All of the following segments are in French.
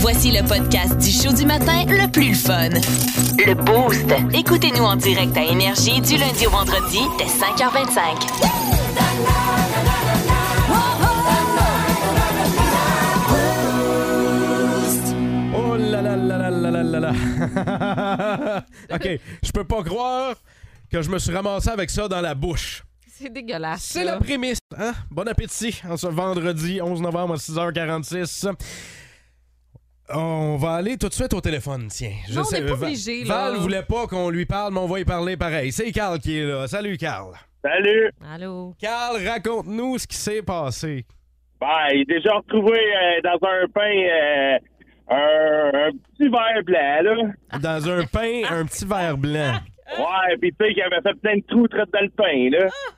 Voici le podcast du show du matin le plus le fun. Le Boost. Écoutez-nous en direct à Énergie du lundi au vendredi dès 5h25. Oh là là là là là là là là. OK, je peux pas croire que je me suis ramassé avec ça dans la bouche. C'est dégueulasse. C'est là. la prémisse. Hein? Bon appétit en ce vendredi 11 novembre à 6h46. On va aller tout de suite au téléphone, tiens. Non, on n'est pas Va- obligé, là. Val voulait pas qu'on lui parle, mais on va y parler pareil. C'est Carl qui est là. Salut, Carl. Salut! Allô? Carl, raconte-nous ce qui s'est passé. Ben, il est déjà retrouvé euh, dans un pain euh, un, un petit verre blanc, là. Ah. Dans un pain, un petit verre blanc. Ouais, pis tu sais qu'il avait fait plein de trous traite dans le pain, là. Ah!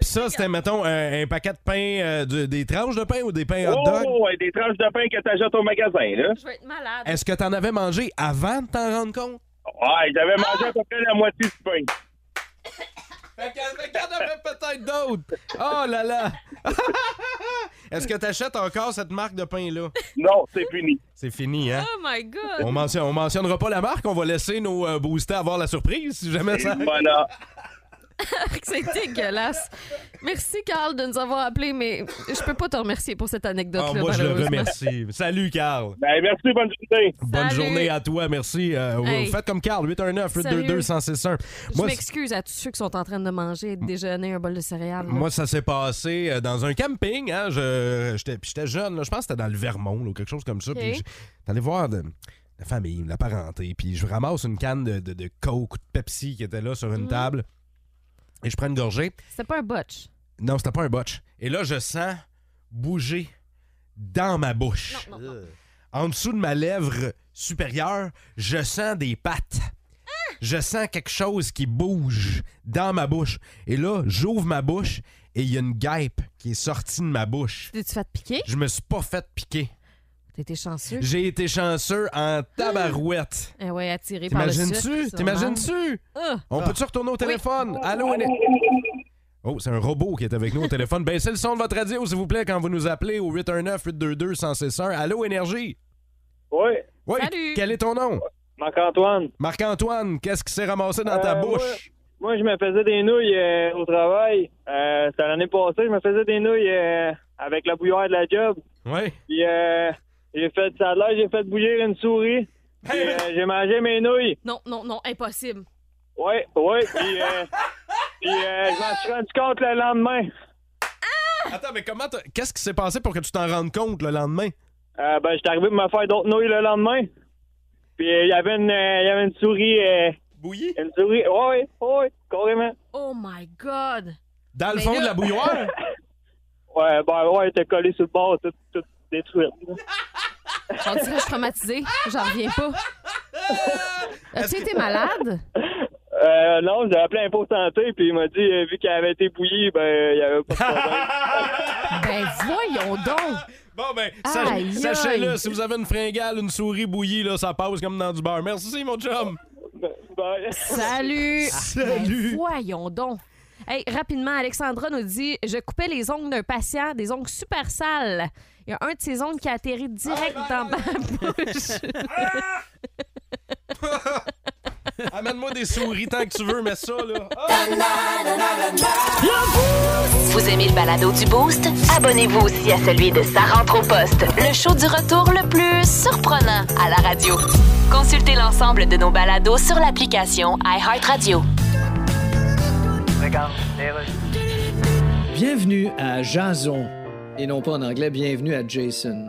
Puis ça, c'était, mettons, un, un paquet de pain, euh, de- des tranches de pain ou des pains hot dog? Oh, ouais, des tranches de pain que t'achètes au magasin, là. Je vais être malade. Est-ce que t'en avais mangé avant de t'en rendre compte? Ouais, j'avais Ah! mangé à peu près la moitié du pain. Fait qu'il y en avait peut-être d'autres. Oh là là! Est-ce que t'achètes encore cette marque de pain-là? Non, c'est fini. C'est fini, hein? Oh my God! On, mentionne, on mentionnera pas la marque, on va laisser nos euh, boostés avoir la surprise si jamais ça. Voilà. C'est dégueulasse. Merci, Carl, de nous avoir appelés, mais je peux pas te remercier pour cette anecdote-là. Ah, moi, je le malheureusement. remercie. Salut, Carl. Ben, merci, bonne journée. Bonne Salut. journée à toi, merci. Euh, Hey. Faites comme Carl, 819 822 1061 Je m'excuse à tous ceux qui sont en train de manger et de déjeuner un bol de céréales. là. Moi, ça s'est passé euh, dans un camping. Hein, je, j'étais, puis j'étais jeune, là, je pense que c'était dans le Vermont là, ou quelque chose comme ça. Ok. Puis j'étais allé voir de- la famille, la parenté. Puis je ramasse une canne de, de, de Coke ou de Pepsi qui était là sur une table. Et je prends une gorgée. C'était pas un botch. Non, c'était pas un botch. Et là, je sens bouger dans ma bouche. Non, non, non. En dessous de ma lèvre supérieure, je sens des pattes. Je sens quelque chose qui bouge dans ma bouche. Et là, j'ouvre ma bouche et il y a une guêpe qui est sortie de ma bouche. T'es-tu fait piquer? Je me suis pas fait piquer. T'étais chanceux. J'ai été chanceux en tabarouette. Eh ouais, attiré par le T'imagines-tu? sucre, sûrement. T'imagines-tu? Ah! On peut-tu retourner au téléphone? Allô, Ené- Oh, c'est un robot qui est avec nous au téléphone. Baissez le son de votre radio, s'il vous plaît, quand vous nous appelez au 819-822-161. Allô, Énergie? Ouais, Oui, Salut. quel est ton nom? Marc-Antoine. Marc-Antoine, qu'est-ce qui s'est ramassé dans ta Euh, bouche? Moi, je me faisais des nouilles euh, au travail. Euh, C'était l'année passée, je me faisais des nouilles euh, avec la bouilloire de la job. Oui. Puis, euh, j'ai fait ça là, j'ai fait bouillir une souris. Puis, euh, j'ai mangé mes nouilles. Non, non, non, impossible. Ouais, ouais. Puis, euh, puis, euh, je m'en suis rendu compte le lendemain. Attends, mais comment t'as- Qu'est-ce qui s'est passé pour que tu t'en rendes compte le lendemain? Euh, ben, j'étais arrivé pour me faire d'autres nouilles le lendemain. Puis, euh, il y avait une, euh, il y avait une souris. euh, Bouilli? une souris. Ouais, ouais, ouais, carrément. Oh my God! Dans le Mais fond Ben là- de la bouilloire? Ouais, ben, ouais, elle était collée sur le bord, toute, toute détruite. J'en dirais que je suis traumatisée. J'en reviens pas. As-tu été malade? Euh, non, j'ai appelé Impôt Santé, puis il m'a dit, euh, vu qu'elle avait été bouillie, ben, il y avait pas de problème. Ben voyons donc! bon, ben, Aïe, sach- aïe. sachez-le, si vous avez une fringale, une souris bouillie, là, ça passe comme dans du beurre. Merci, mon chum. Ben, Salut! Salut. Ben, voyons donc! Hey, rapidement, Alexandra nous dit Je coupais les ongles d'un patient, des ongles super sales. Il y a un de ses ongles qui a atterri direct dans ma bouche. Amène-moi des souris tant que tu veux, mais ça, là. Ah! Vous aimez le balado du Boost? Abonnez-vous aussi à celui de Sa rentre au poste, le show du retour le plus surprenant à la radio. Consultez l'ensemble de nos balados sur l'application iHeartRadio. Bienvenue à Jason. Et non pas en anglais, bienvenue à Jason.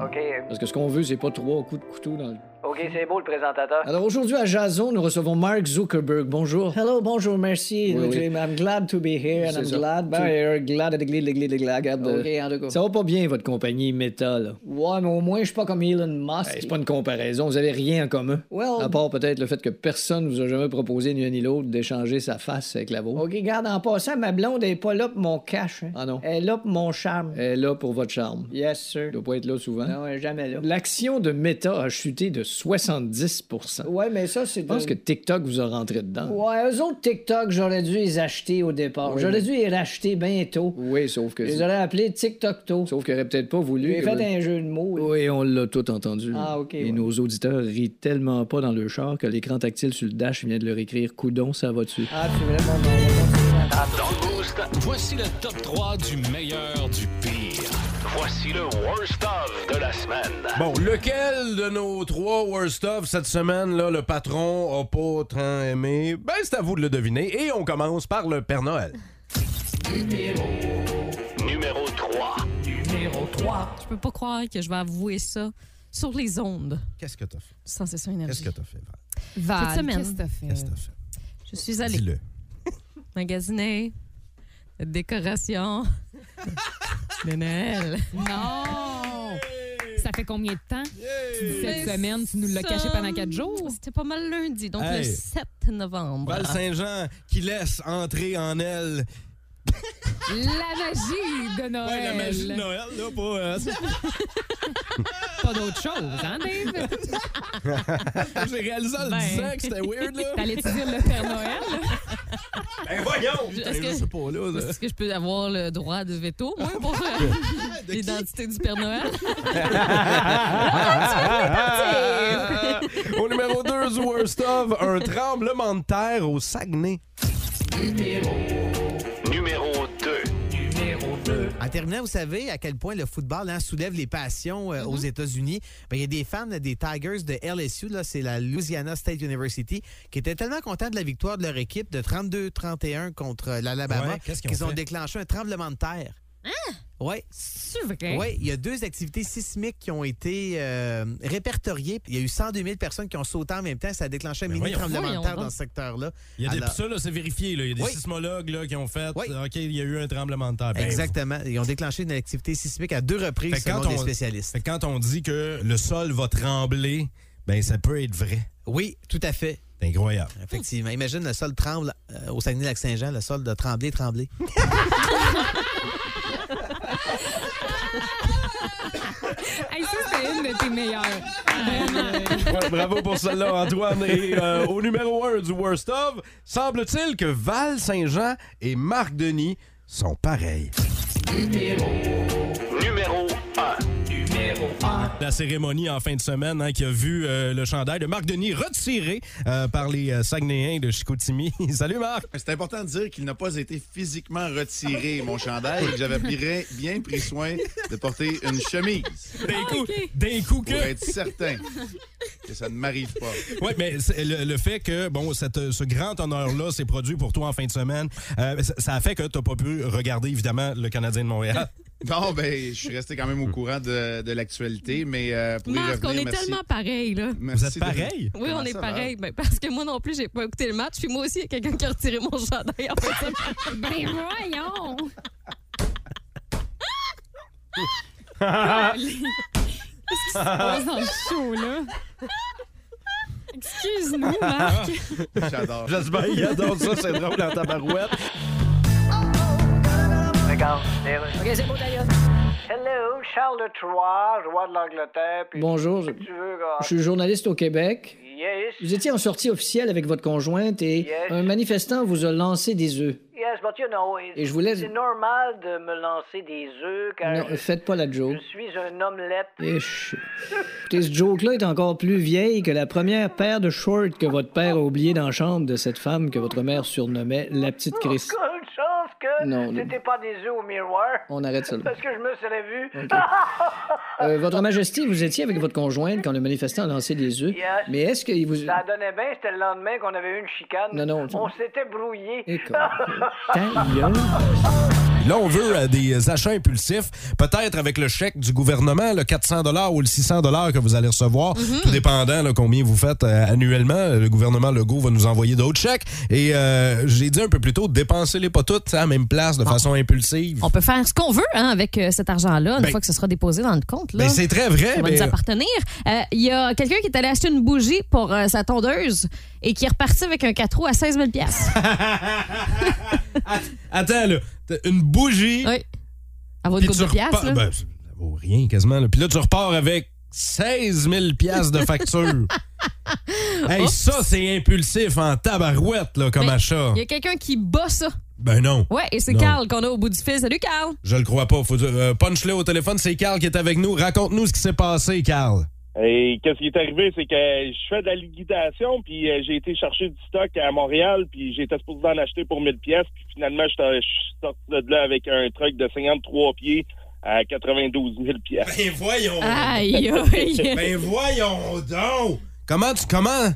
Parce que ce qu'on veut, c'est pas trois coups de couteau dans le. OK, c'est beau le présentateur. Alors aujourd'hui à Jason, nous recevons Mark Zuckerberg. Bonjour. Hello, bonjour, merci. Oui, oui. I'm glad to be here and C'est I'm ça. glad Ben, to... euh, glad, glad, glad, glad, glad, glad, euh, OK, en tout cas. Ça va pas bien, votre compagnie Meta, là. Ouais, mais au moins, je suis pas comme Elon Musk. Hey, c'est pas une comparaison, vous avez rien en commun. Well- À part peut-être le fait que personne vous a jamais proposé, ni un ni l'autre, d'échanger sa face avec la vôtre. OK, garde, en passant, ma blonde est pas là pour mon cash. hein. Ah non. Elle est là pour mon charme. Elle est là pour votre charme. Yes, sir. Elle doit pas être là souvent. Non, elle est jamais là. L'action de Meta a chuté de 70 Ouais, mais ça, c'est... Je pense que TikTok vous a rentré dedans. Ouais, eux autres TikTok, j'aurais dû les acheter au départ. Oui, j'aurais mais- dû les racheter bientôt. Oui, sauf Je que. les aurais appelés TikTok-to. Sauf qu'elle aurait peut-être pas voulu. J'ai que- fait un jeu de mots. là. Oui, on l'a tout entendu. Ah, ok, Et ouais. nos auditeurs rient tellement pas dans le char que l'écran tactile sur le dash vient de leur écrire Coudon, ça va dessus. Ah, c'est vraiment... bon. Dans le boost, voici le top 3 du meilleur du pire. Voici le worst of de la semaine. Bon, lequel de nos trois worst of cette semaine, là, le patron a pas tant aimé? Ben, c'est à vous de le deviner. Et on commence par le Père Noël. Numéro 3. Je peux pas croire que je vais avouer ça sur les ondes. Qu'est-ce que t'as fait? Sensation énergie. Qu'est-ce que t'as fait, Val? Cette Qu'est-ce semaine, que t'as fait? Qu'est-ce que t'as fait? je suis allée Dis-le. magasiner de décoration de Noël. Non! Ça fait combien de temps? Tu dis Cette Mais semaine, tu nous l'as ça- caché pendant quatre jours? C'était pas mal lundi, donc le Hey. 7 novembre. Val Saint-Jean qui laisse entrer en elle La magie de Noël! Ouais, la magie de Noël, là, pas. euh, Pas d'autre chose, hein, Dave? J'ai réalisé en le Ben. disant que c'était weird, là. T'allais-tu dire le Père Noël? Ben voyons! Putain, que- Je sais pas, là. ça. Est-ce que je peux avoir le droit de veto, moi, pour euh, l'identité du Père Noël? Au numéro 2 du Worst of, un tremblement de terre au Saguenay. Numéro 2. En terminant, vous savez à quel point le football hein, soulève les passions euh, aux Mm-hmm. États-Unis. Ben, Il y a des fans des Tigers de LSU, là, c'est la Louisiana State University, qui étaient tellement contents de la victoire de leur équipe de 32-31 contre euh, l'Alabama Ouais, qu'est-ce qu'ils qu'ils ont ont, fait? Hein? déclenché un tremblement de terre. Oui, C'est vrai? ouais, il y a deux activités sismiques qui ont été euh, répertoriées. Il y a eu 102 000 personnes qui ont sauté en même temps. Ça a déclenché un Mais mini voyons. tremblement de Voyons terre donc. dans ce secteur-là. Il y a des, Alors- ça, là, c'est vérifié. Là. Il y a des Oui. sismologues là, qui ont fait. Oui. OK, il y a eu un tremblement de terre. Ben, Exactement. Ils ont déclenché une activité sismique à deux reprises Fait que selon quand des on- spécialistes. Fait que quand on dit que le sol va trembler, ben ça peut être vrai. Oui, tout à fait. C'est incroyable. Effectivement. Imagine le sol tremble euh, au Saguenay-Lac-Saint-Jean, le sol de trembler, trembler. Hey, ça, c'était une de tes meilleures. Ouais, bravo pour celle-là, Antoine. Et euh, au numéro 1 du Worst of, semble-t-il que Val Saint-Jean et Marc Denis sont pareils. Numéro 1. La cérémonie en fin de semaine hein, qui a vu euh, le chandail de Marc Denis retiré euh, par les euh, Saguenayens de Chicoutimi. Salut Marc! C'est important de dire qu'il n'a pas été physiquement retiré, mon chandail, et que j'avais bien, bien pris soin de porter une chemise D'un coup, d'un coup pour que... être certain que ça ne m'arrive pas. Oui, mais c'est le, le fait que bon, cette- ce grand honneur-là s'est produit pour toi en fin de semaine, euh, ça, ça a fait que tu n'as pas pu regarder, évidemment, le Canadien de Montréal. Non, ben, je suis resté quand même au courant de, de l'actualité, mais euh, pour y Marc, revenir, on est merci. tellement pareils, là. Merci Vous êtes de- pareil? Oui, Comment on est ça, pareil. Ben, parce que moi non plus, j'ai pas écouté le match. Puis moi aussi, il y a quelqu'un qui a retiré mon chandail. En fait, Ben voyons! Qu'est-ce qui se passe dans le show, là? Excuse-nous, hein? Marc. J'adore. J'espère qu'il adore ça, c'est drôle dans ta barouette. OK, c'est bon, d'ailleurs. Hello, Charles III, roi de l'Angleterre. Bonjour, je, je suis journaliste au Québec. Yes, Vous étiez en sortie officielle avec votre conjointe et un manifestant vous a lancé des œufs. yes, but you know, it's- Et je voulais- c'est normal de me lancer des œufs car Non, je, faites pas la joke. je suis un omelette. Ish. Écoutez, ce joke-là est encore plus vieille que la première paire de shorts que votre père a oublié dans la chambre de cette femme que votre mère surnommait la petite Chris. Une chance que Non, non. c'était pas des œufs au miroir On arrête ça. là. parce que je me serais vu. Euh, votre Majesté, vous étiez avec votre conjointe quand le manifestant a lancé des œufs. Yes. Mais est-ce qu'il vous... Ça donnait bien, c'était le lendemain qu'on avait eu une chicane. Non, non. On s'était brouillé. Écoute. Ta gueule. Là, on veut euh, des achats impulsifs, peut-être avec le chèque du gouvernement, le 400 ou le 600 que vous allez recevoir, Mm-hmm. tout dépendant là, combien vous faites euh, annuellement. Le gouvernement Legault va nous envoyer d'autres chèques. Et euh, j'ai dit un peu plus tôt, dépensez-les pas toutes à la même place de façon impulsive. On peut faire ce qu'on veut hein, avec euh, cet argent-là une Ben- fois que ce sera déposé dans le compte. Là. Ben, c'est très vrai, Ça va mais- nous appartenir. Euh, Il y a quelqu'un qui est allé acheter une bougie pour euh, sa tondeuse et qui est reparti avec un 4 roues à 16 000 Attends, là, t'as une bougie. Oui. Elle vaut une puis couple tu de piastres, repars- là. ben, ça vaut rien quasiment. là. Puis là, tu repars avec 16 000 piastres de facture. hey, ça, c'est impulsif en tabarouette là, comme Mais achat. Il y a quelqu'un qui bat ça. Ben non. Ouais, et c'est Non. Carl qu'on a au bout du fil. Salut, Carl. Je le crois pas. Faut dire, euh, punch-le au téléphone. C'est Carl qui est avec nous. Raconte-nous ce qui s'est passé, Carl. Et qu'est-ce qui est arrivé, c'est que je fais de la liquidation, puis euh, j'ai été chercher du stock à Montréal, puis j'étais supposé en acheter pour 1000 pièces, puis finalement, je t'en- je suis sorti de là avec un truck de 53 pieds à 92 000 pièces. Ben voyons! Aïe, aïe. Ben voyons donc! Comment tu. Comment?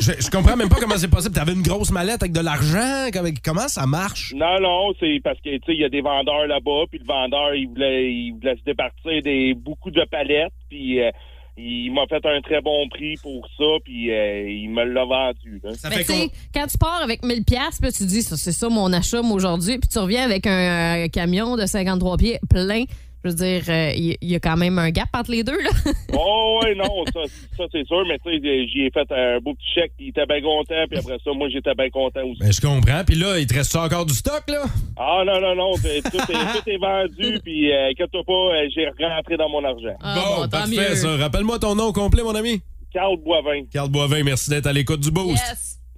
Je, je comprends même pas comment c'est possible. T'avais une grosse mallette avec de l'argent. Avec- Comment ça marche? Non, non, c'est parce que, tu sais, il y a des vendeurs là-bas, puis le vendeur, il voulait, il voulait se départir des beaucoup de palettes, puis euh, il m'a fait un très bon prix pour ça, puis euh, il me l'a vendu. là. Mais Ben, tu sais, quand tu pars avec 1000 pièces, puis là, tu dis ça c'est ça mon achat moi, aujourd'hui, puis tu reviens avec un euh, camion de 53 pieds plein, je veux dire euh, il y, a quand même un gap entre les deux là. Oh, ouais, non, ça, ça c'est sûr, mais tu sais, j'y ai fait un beau petit chèque, puis il était bien content, puis après ça, moi, j'étais bien content aussi. Ben je comprends. Puis là, il te reste ça encore du stock, là? Ah, non, non, non, t'es- tout est, tout est vendu, puis euh, inquiète-toi pas, euh, j'ai rentré dans mon argent. Ah, bon, parfait, ça. Rappelle-moi ton nom au complet, mon ami. Carl Boivin. Carl Boivin, merci d'être à l'écoute du Boost.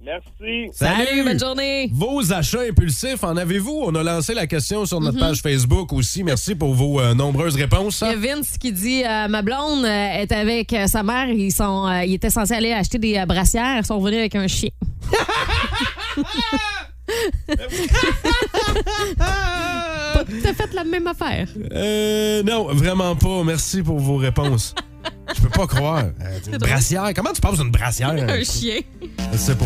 Merci. journée. Vos achats impulsifs, en avez-vous? On a lancé la question sur notre page Facebook aussi. Merci pour vos euh, nombreuses réponses. Il y a Vince qui dit euh, ma blonde euh, est avec euh, sa mère, ils sont euh, ils étaient censés aller acheter des euh, brassières, ils sont revenus avec un chien. Pas tout à fait la même affaire. Euh, non, vraiment pas. Merci pour vos réponses. Je peux pas croire. Euh, une brassière? Comment tu passes une brassière? Un chien. Je sais pas.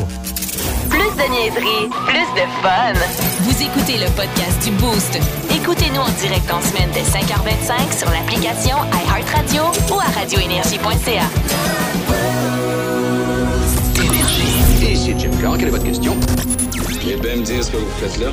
Plus de niaiserie, plus de fun. Vous écoutez le podcast du Boost. Écoutez-nous en direct en semaine dès 5h25 sur l'application iHeartRadio ou à radioénergie.ca. Et c'est Jim Carr, quelle est votre question? Eh bien, me dire ce que vous faites là.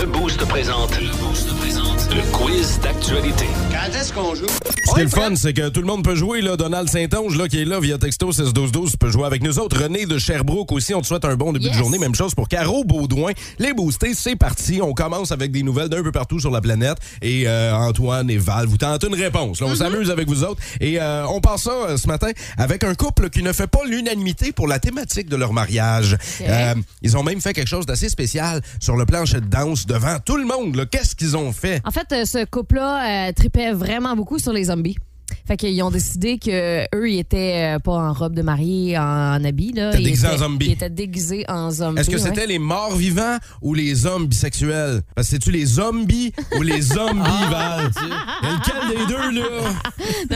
Le Boost présente. Le Boost présente. Le quiz d'actualité. Quand est-ce qu'on joue? Ce qui est le fun, c'est que tout le monde peut jouer. Là. Donald Saint-Onge, là, qui est là via texto 16-12-12, tu peux jouer avec nous autres. René de Sherbrooke aussi, on te souhaite un bon début Yes. de journée. Même chose pour Caro Baudouin. Les boostés, c'est parti. On commence avec des nouvelles d'un peu partout sur la planète. Et euh, Antoine et Val, vous tentez une réponse. Là, on s'amuse avec vous autres. Et euh, on part ça euh, ce matin avec un couple qui ne fait pas l'unanimité pour la thématique de leur mariage. Euh, ils ont même fait quelque chose d'assez spécial sur le plancher de danse devant tout le monde. là. Qu'est-ce qu'ils ont fait? En fait, euh, ce couple-là euh, tripait vraiment beaucoup sur les zombies. Fait qu'ils ont décidé que eux ils étaient euh, pas en robe de mariée, en, en habit là. T'es Ils déguisé en étaient- zombie. Ils étaient déguisés en zombie. Est-ce que ouais. c'était les morts vivants ou les hommes bisexuels? Parce que c'est-tu les zombies ou les zombies, Ah, Val? Il y a Lequel des deux, là?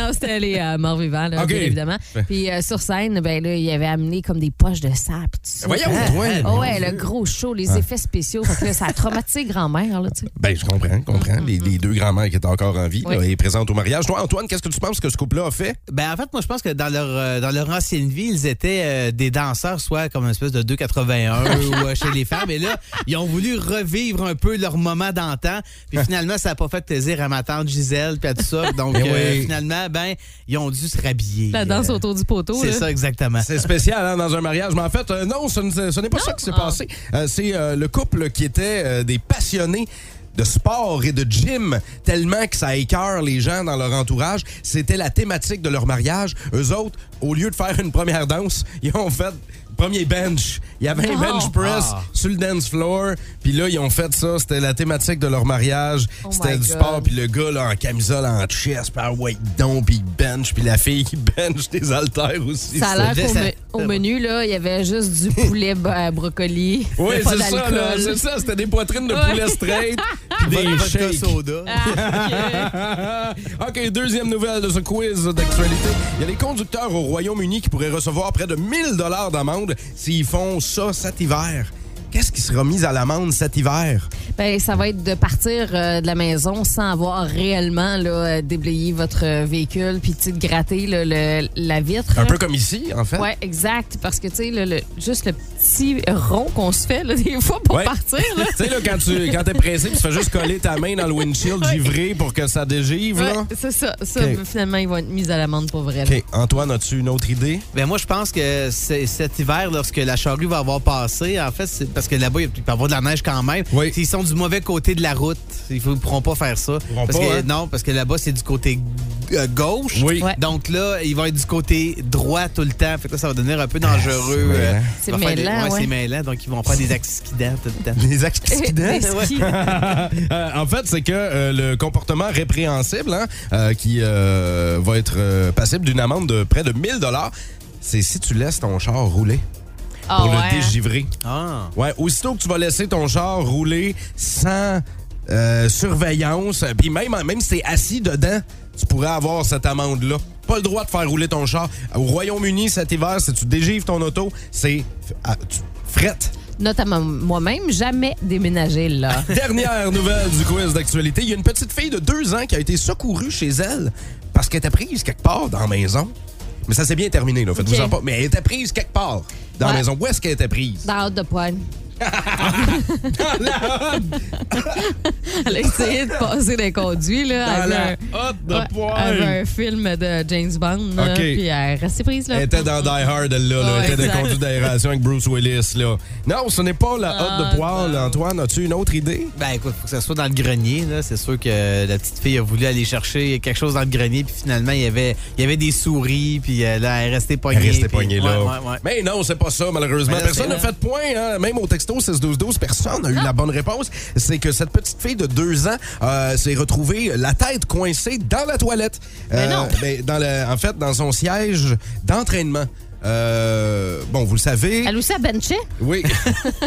non, c'était les euh, morts vivants là, Ok. bien évidemment. Puis euh, sur scène, ben là, ils avaient amené comme des poches de sang puis tout ça. Voyons, toi, Ah, mon ouais, Dieu. le gros show, les Ah. effets spéciaux, fait que là, ça a traumatisé grand-mère là, tu sais. Ben, je comprends, je comprends. Les, les deux grands-mères qui étaient encore en vie Oui. là, et présentes au mariage. Toi, Antoine, qu'est-ce que tu penses que ce couple-là a fait? Ben, en fait, moi, je pense que dans leur, euh, dans leur ancienne vie, ils étaient euh, des danseurs, soit comme une espèce de 2,81 ou euh, chez les femmes. Et là, ils ont voulu revivre un peu leur moment d'antan. Ah. Puis finalement, ça n'a pas fait plaisir à ma tante Gisèle, puis à tout ça. Donc, Eh oui. euh, finalement, ben, ils ont dû se rhabiller. euh, La danse autour hein. du poteau. C'est là. ça, exactement. C'est spécial hein, dans un mariage, mais en fait, euh, non, ce, ne- ce n'est pas ça qui s'est Ah. passé. Euh, c'est euh, le couple qui était euh, des passionnés de sport et de gym, tellement que ça écœure les gens dans leur entourage. C'était la thématique de leur mariage. Eux autres, au lieu de faire une première danse, ils ont fait le premier bench. Il y avait un Non. bench press Ah. sur le dance floor. Puis là, ils ont fait ça. C'était la thématique de leur mariage. Oh C'était my du God. sport. Puis le gars, là, en camisole, en chest, par weight don, puis il bench. Puis la fille qui bench des haltères aussi. Ça a l'air C'était- qu'au me- au menu, là, il y avait juste du poulet b- euh, brocoli. Oui, pas c'est ça, là, d'alcool. c'est ça. C'était des poitrines de Ouais. poulet straight, puis des Vodka shakes. soda. OK, deuxième nouvelle de ce quiz d'actualité. Il y a des conducteurs au Royaume-Uni qui pourraient recevoir près de 1000 dollars d'amende s'ils font ça cet hiver. qu'est-ce qui sera mis à l'amende cet hiver? Ben, ça va être de partir euh, de la maison sans avoir réellement là, euh, déblayé votre euh, véhicule puis tu sais, de gratter là, le- la vitre. Un peu comme ici, en fait. Oui, exact. Parce que, tu sais, là, le- juste le petit rond qu'on se fait, là, des fois, pour Ouais. partir. là. tu sais, là, quand tu quand t'es pressé, puis tu fais juste coller ta main dans le windshield givré pour que ça dégive, là. Ouais, c'est ça. ça Ok. Finalement, ils vont être mis à l'amende pour vrai. là. OK, Antoine, as-tu une autre idée? Ben moi, je pense que c'est- cet hiver, lorsque la charrue va avoir passé, en fait, c'est parce que là-bas, il peut y avoir de la neige quand même. S'ils sont du mauvais côté de la route, ils ne pourront pas faire ça. Parce pas, que- hein? Non, parce que là-bas, c'est du côté euh, gauche. Oui. Ouais. Donc là, ils vont être du côté droit tout le temps. Fait que là, ça va devenir un peu dangereux. Ah, c'est euh, ils mêlant. C'est vont faire des- mêlant, ouais. C'est mêlant, donc ils vont faire des accidents tout le temps. Des accidents? Des skis. Euh, en fait, c'est que euh, le comportement répréhensible hein, euh, qui euh, va être euh, passible d'une amende de près de 1000 dollars, c'est si tu laisses ton char rouler Ah pour ouais, le dégivrer. Ah. Ouais, aussitôt que tu vas laisser ton char rouler sans euh, surveillance, puis même, même si t'es assis dedans, tu pourrais avoir cette amende-là. Pas le droit de faire rouler ton char. Au Royaume-Uni, cet hiver, si tu dégives ton auto, c'est... ah, tu frettes. Notamment moi-même, jamais déménager là. Dernière nouvelle du quiz d'actualité. Il y a une petite fille de deux ans qui a été secourue chez elle parce qu'elle était prise quelque part dans la maison. Mais ça s'est bien terminé, là. Faites-vous Ok. en pas. Mais elle était prise quelque part dans la Ouais. maison. Où est-ce qu'elle était prise? Dans la haute de poigne. Elle a essayé de passer des conduits. Là, Dans Elle avait la un- hotte de Ouais, poigne. elle avait un film de James Bond. là, Ok. Puis elle est restée prise. Là. Elle était dans Die Hard, elle, là. là. Ouais, elle était dans exact. le conduit d'aération avec Bruce Willis, là. Non, ce n'est pas la hotte Ah, de poêle, Antoine. As-tu une autre idée? Ben écoute, faut que ça soit dans le grenier. là. C'est sûr que la petite fille a voulu aller chercher quelque chose dans le grenier, puis finalement, il y avait, il y avait des souris, puis euh, là, elle est restée poignée. Elle restait puis- poignée, là. Ouais, ouais, ouais. Mais non, c'est pas ça, malheureusement. Mais là, personne c'est- n'a fait de point. hein. Même au texto 6-12-12, personne n'a eu la bonne réponse. C'est que cette petite fille de deux ans euh, s'est retrouvée la tête coincée dans la toilette. Mais non. ben, dans le- en fait, dans son siège d'entraînement. Euh, bon, vous le savez. Elle aussi a benché. Oui.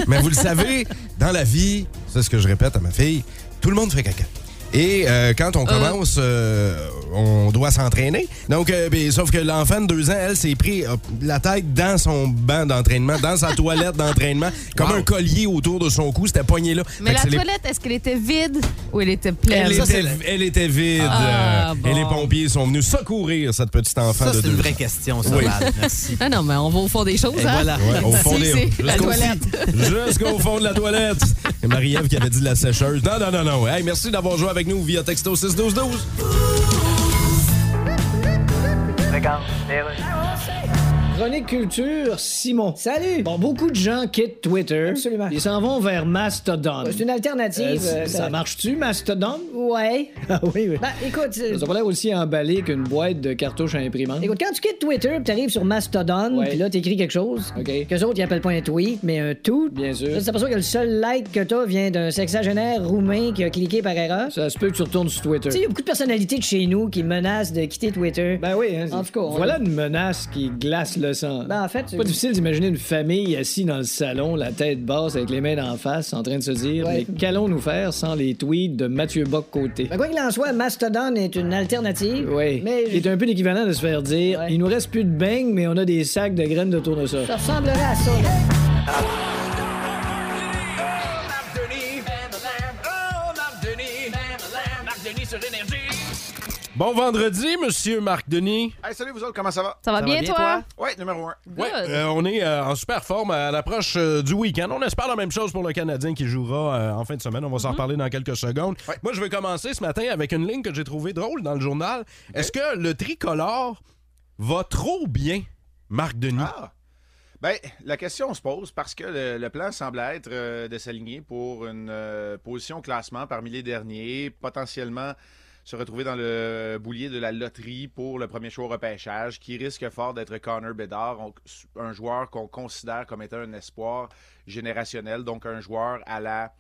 Mais vous le savez, dans la vie, c'est ce que je répète à ma fille, tout le monde fait caca. Et euh, quand on commence, euh, on doit s'entraîner. Donc, euh, ben, sauf que l'enfant de deux ans, elle s'est pris euh, la tête dans son banc d'entraînement, dans sa toilette d'entraînement, comme un collier autour de son cou. C'était poigné là. Mais Fait que la c'est les- toilette, est-ce qu'elle était vide ou elle était pleine? Elle, Ça, était, c'est la- elle était vide. Ah, euh, bon. Et les pompiers sont venus secourir cette petite enfant Ça, de c'est deux une vraie ans. question, ça, Oui. Val. Merci. Ah non, mais on va au fond des choses. Et hein? voilà. Ouais, au fond Si, des- c'est la jusqu'au- toilette. Jusqu'au fond de la toilette. Et Marie-Ève qui avait dit la sécheuse. Non, non, non, non. Hey, merci d'avoir joué avec nous via texto 61212. Chronique culture, Simon. Salut! Bon, beaucoup de gens quittent Twitter. Absolument. Ils s'en vont vers Mastodon. C'est une alternative. Euh, euh, ça ça- marche-tu, Mastodon? Ouais. Ah oui, oui. Ben, écoute, euh, Ça a pas l'air aussi emballé qu'une boîte de cartouches à imprimante. écoute, quand tu quittes Twitter, puis t'arrives sur Mastodon, Ouais. puis là, t'écris quelque chose. OK. Qu'eux autres, ils appellent pas un tweet, mais un tout. Bien sûr. Là, tu t'aperçois que le seul like que t'as vient d'un sexagénaire roumain qui a cliqué par erreur. Ça se peut que tu retournes sur Twitter. Tu sais, il y a beaucoup de personnalités de chez nous qui menacent de quitter Twitter. Ben oui, hein, En tout cas, on- Voilà une menace qui glace le sang. Ben, en fait, c'est pas difficile d'imaginer une famille assise dans le salon, la tête basse avec les mains en face, en train de se dire Ouais. Mais qu'allons-nous faire sans les tweets de Mathieu Bock côté Ben, quoi qu'il en soit, Mastodon est une alternative. Oui. Mais Qui est un peu l'équivalent de se faire dire Il nous reste plus de beignes, mais on a des sacs de graines de tournesol. ça ressemblerait à ça. là. Bon vendredi, monsieur Marc Denis. Hey, salut vous autres, comment ça va? Ça va Ça va bien, bien, toi? Oui, numéro un. Ouais, euh, on est euh, en super forme à l'approche euh, du week-end. On espère la même chose pour le Canadien qui jouera euh, en fin de semaine. On va Mm-hmm. s'en reparler dans quelques secondes. Moi, je vais commencer ce matin avec une ligne que j'ai trouvée drôle dans le journal. Est-ce que le tricolore va trop bien, Marc Denis? Ben, la question se pose parce que le, le plan semble être euh, de s'aligner pour une euh, position au classement parmi les derniers, potentiellement se retrouver dans le boulier de la loterie pour le premier choix au repêchage, qui risque fort d'être Connor Bedard, on- un joueur qu'on considère comme étant un espoir générationnel, donc un joueur à la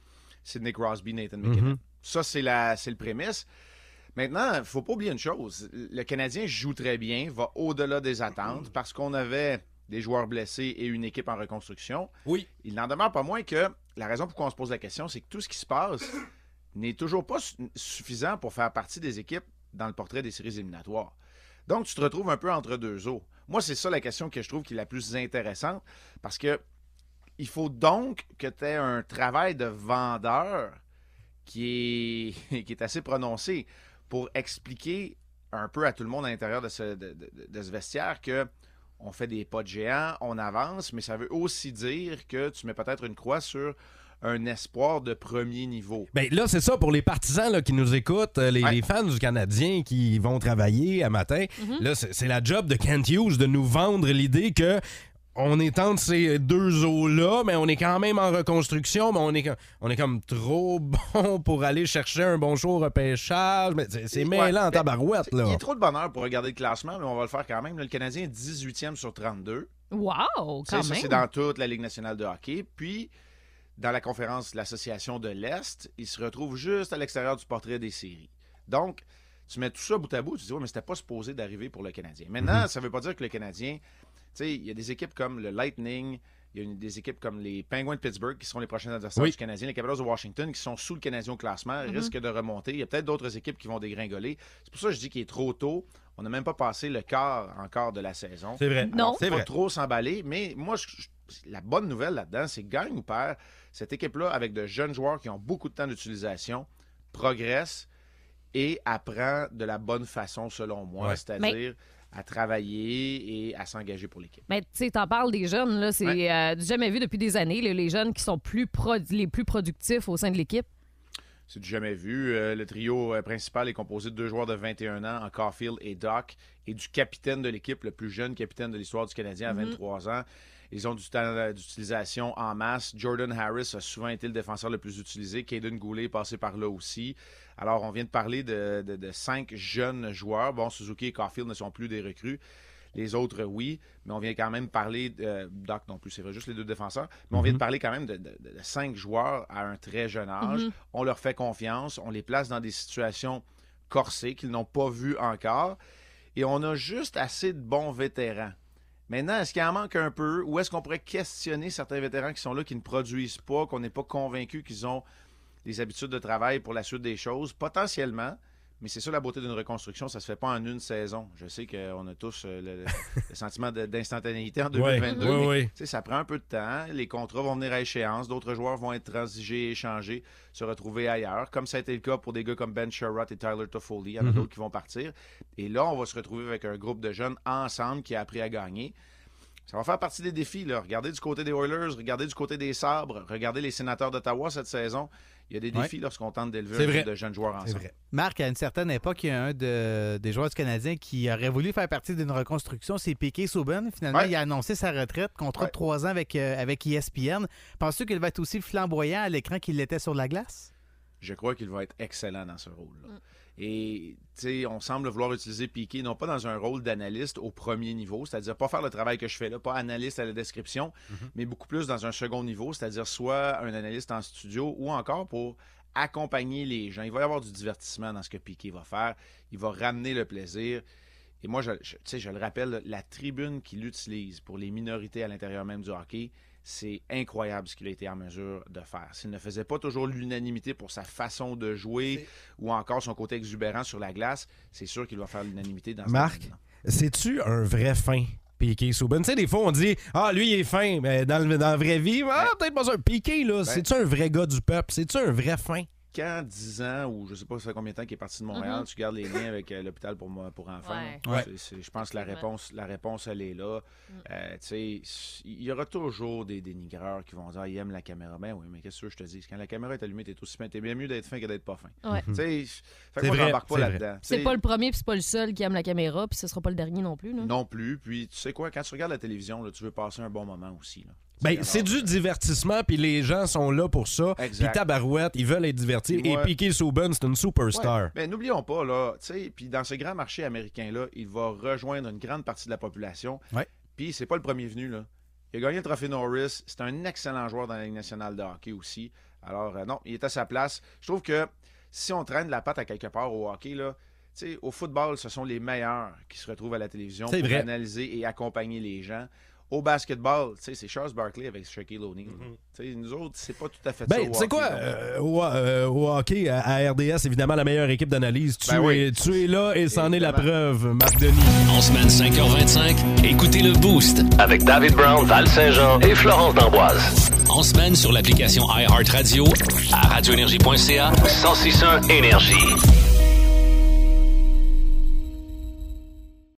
Sidney Crosby, Nathan McKinnon. Mhm. Ça, c'est la- c'est le prémisse. Maintenant, il faut pas oublier une chose. Le Canadien joue très bien, va au-delà des attentes parce qu'on avait des joueurs blessés et une équipe en reconstruction. Oui. Il n'en demeure pas moins que la raison pour laquelle on se pose la question, c'est que tout ce qui se passe n'est toujours pas su- suffisant pour faire partie des équipes dans le portrait des séries éliminatoires. Donc, tu te retrouves un peu entre deux eaux. Moi, c'est ça la question que je trouve qui est la plus intéressante parce que Il faut donc que tu aies un travail de vendeur qui est, qui est assez prononcé pour expliquer un peu à tout le monde à l'intérieur de ce, de- de- de ce vestiaire que on fait des pas de géant, on avance, mais ça veut aussi dire que tu mets peut-être une croix sur un espoir de premier niveau. Ben là, c'est ça pour les partisans là, qui nous écoutent, euh, les, les fans du Canadien qui vont travailler à matin. Mm-hmm. Là, c'est c'est la job de Kent Hughes de nous vendre l'idée que on est entre ces deux eaux-là, mais on est quand même en reconstruction, mais on est, co- on est comme trop bon pour aller chercher un bon show au repêchage. Mais c'est- C'est Ouais, mêlant en mais tabarouette, là. Il y a trop de bonheur pour regarder le classement, mais on va le faire quand même. Là, Le Canadien est 18e sur 32. Wow, Tu sais, quand ça, même. c'est dans toute la Ligue nationale de hockey. Puis, dans la conférence de l'Association de l'Est, il se retrouve juste à l'extérieur du portrait des séries. Donc, tu mets tout ça bout à bout, tu te dis, ouais, mais c'était pas supposé d'arriver pour le Canadien. Maintenant, ça veut pas dire que le Canadien. Tu sais, il y a des équipes comme le Lightning, il y a une- des équipes comme les Penguins de Pittsburgh qui seront les prochains adversaires Oui. du Canadien, les Capitals de Washington qui sont sous le Canadien au classement, Mhm. risquent de remonter. Il y a peut-être d'autres équipes qui vont dégringoler. C'est pour ça que je dis qu'il est trop tôt. On n'a même pas passé le quart encore de la saison. C'est vrai. Alors, Non. C'est faut vrai. trop s'emballer, mais moi, je- je- la bonne nouvelle là-dedans, c'est que gagne ou perd, cette équipe-là, avec de jeunes joueurs qui ont beaucoup de temps d'utilisation, progresse et apprend de la bonne façon, selon moi, Ouais. c'est-à-dire à travailler et à s'engager pour l'équipe. Mais tu sais, t'en parles des jeunes, là, c'est euh, du jamais vu depuis des années, là, les jeunes qui sont plus pro- les plus productifs au sein de l'équipe. C'est du jamais vu. Euh, le trio euh, principal est composé de deux joueurs de 21 ans, en Caulfield et Doc, et du capitaine de l'équipe, le plus jeune capitaine de l'histoire du Canadien à Mhm. 23 ans. Ils ont du talent euh, d'utilisation en masse. Jordan Harris a souvent été le défenseur le plus utilisé. Caden Goulet est passé par là aussi. Alors, on vient de parler de, de- de cinq jeunes joueurs. Bon, Suzuki et Caulfield ne sont plus des recrues. Les autres, oui, mais on vient quand même parler, euh, Doc non plus, c'est vrai, juste les deux défenseurs, mais on vient de Mhm. parler quand même de, de- de- de cinq joueurs à un très jeune âge. Mhm. On leur fait confiance, on les place dans des situations corsées qu'ils n'ont pas vues encore, et on a juste assez de bons vétérans. Maintenant, est-ce qu'il en manque un peu, ou est-ce qu'on pourrait questionner certains vétérans qui sont là, qui ne produisent pas, qu'on n'est pas convaincu qu'ils ont des habitudes de travail pour la suite des choses, potentiellement. Mais c'est ça la beauté d'une reconstruction, ça se fait pas en une saison. Je sais qu'on a tous euh, le, le sentiment de- d'instantanéité en Ouais, 2022. ouais, mais, ouais. tu sais, Ça prend un peu de temps, les contrats vont venir à échéance, d'autres joueurs vont être transigés, échangés, se retrouver ailleurs, comme ça a été le cas pour des gars comme Ben Sherrod et Tyler Toffoli. Il y en a Mhm. d'autres qui vont partir. Et là, on va se retrouver avec un groupe de jeunes ensemble qui a appris à gagner. Ça va faire partie des défis. Là. Regardez du côté des Oilers, regardez du côté des Sabres, regardez les sénateurs d'Ottawa cette saison. Il y a des Ouais. défis lorsqu'on tente d'élever C'est un vrai. groupe de jeunes joueurs ensemble. Marc, à une certaine époque, il y a un de- des joueurs du Canadien qui aurait voulu faire partie d'une reconstruction, c'est Piqué Souben. Finalement, il a annoncé sa retraite, contrat de trois ans avec, euh, avec ESPN. Penses-tu qu'il va être aussi flamboyant à l'écran qu'il l'était sur la glace? Je crois qu'il va être excellent dans ce rôle-là. Et, tu sais, on semble vouloir utiliser Piqué, non pas dans un rôle d'analyste au premier niveau, c'est-à-dire pas faire le travail que je fais là, pas analyste à la description, mais beaucoup plus dans un second niveau, c'est-à-dire soit un analyste en studio ou encore pour accompagner les gens. Il va y avoir du divertissement dans ce que Piqué va faire. Il va ramener le plaisir. Et moi, je, je- tu sais, je le rappelle, la tribune qu'il utilise pour les minorités à l'intérieur même du hockey, c'est incroyable ce qu'il a été en mesure de faire. S'il ne faisait pas toujours l'unanimité pour sa façon de jouer ou encore son côté exubérant sur la glace, c'est sûr qu'il va faire l'unanimité dans ce Marc, c'est-tu un vrai fin, Piqué Souben? Tu sais, des fois, on dit Ah, lui, il est fin, mais dans, le- dans la vraie vie, ah, peut-être pas ça. Piqué, Ben. là, c'est-tu un vrai gars du peuple? C'est-tu un vrai fin? quand 10 ans, ou je sais pas ça fait combien de temps qu'il est parti de Montréal, Mhm. tu gardes les liens avec euh, l'hôpital pour, moi- pour enfants. Ouais. là. Ouais. C'est- c'est- je pense que la Effectivement. réponse, la réponse, elle est là. Euh, tu sais, s- il y aura toujours des dénigreurs qui vont dire ah, il aime la caméra. Ben oui, mais qu'est-ce que tu veux que je te dis Quand la caméra est allumée, t'es aussi fin. T'es bien mieux d'être fin que d'être pas fin. Ouais. Tu sais, f- fait que C'est moi, vrai, j'embarque pas c'est vrai. là-dedans. Tu C'est sais, pas le premier, puis c'est pas le seul qui aime la caméra, puis ce sera pas le dernier non plus. Là. Non plus. Puis tu sais quoi, quand tu regardes la télévision, là, tu veux passer un bon moment aussi. là. Ben, c'est du divertissement, puis les gens sont là pour ça. Puis Exact. tabarouette, ils veulent être divertis. Puis moi- Et Piqué Souben, c'est une superstar. Ouais, Mais n'oublions pas, là, tu sais, puis dans ce grand marché américain-là, il va rejoindre une grande partie de la population. Puis c'est pas le premier venu, là. Il a gagné le trophée Norris. C'est un excellent joueur dans la Ligue nationale de hockey aussi. Alors, euh, non, il est à sa place. Je trouve que si on traîne la patte à quelque part au hockey, là, tu sais, au football, ce sont les meilleurs qui se retrouvent à la télévision C'est pour vrai. analyser et accompagner les gens. Au basketball, tu sais, c'est Charles Barkley avec Shaquille O'Neal. Tu sais, nous autres, c'est pas tout à fait ça. Mm-hmm. Ben, au tu sais hockey, quoi, non. euh, au, euh, au hockey, à, à RDS, évidemment, la meilleure équipe d'analyse. Tu, Ben oui. es, tu es là et c'en est la preuve, Marc Denis. En semaine 5h25, écoutez le Boost. Avec David Brown, Val Saint-Jean et Florence D'Amboise. En semaine sur l'application iHeartRadio à radioénergie.ca 1061 Énergie.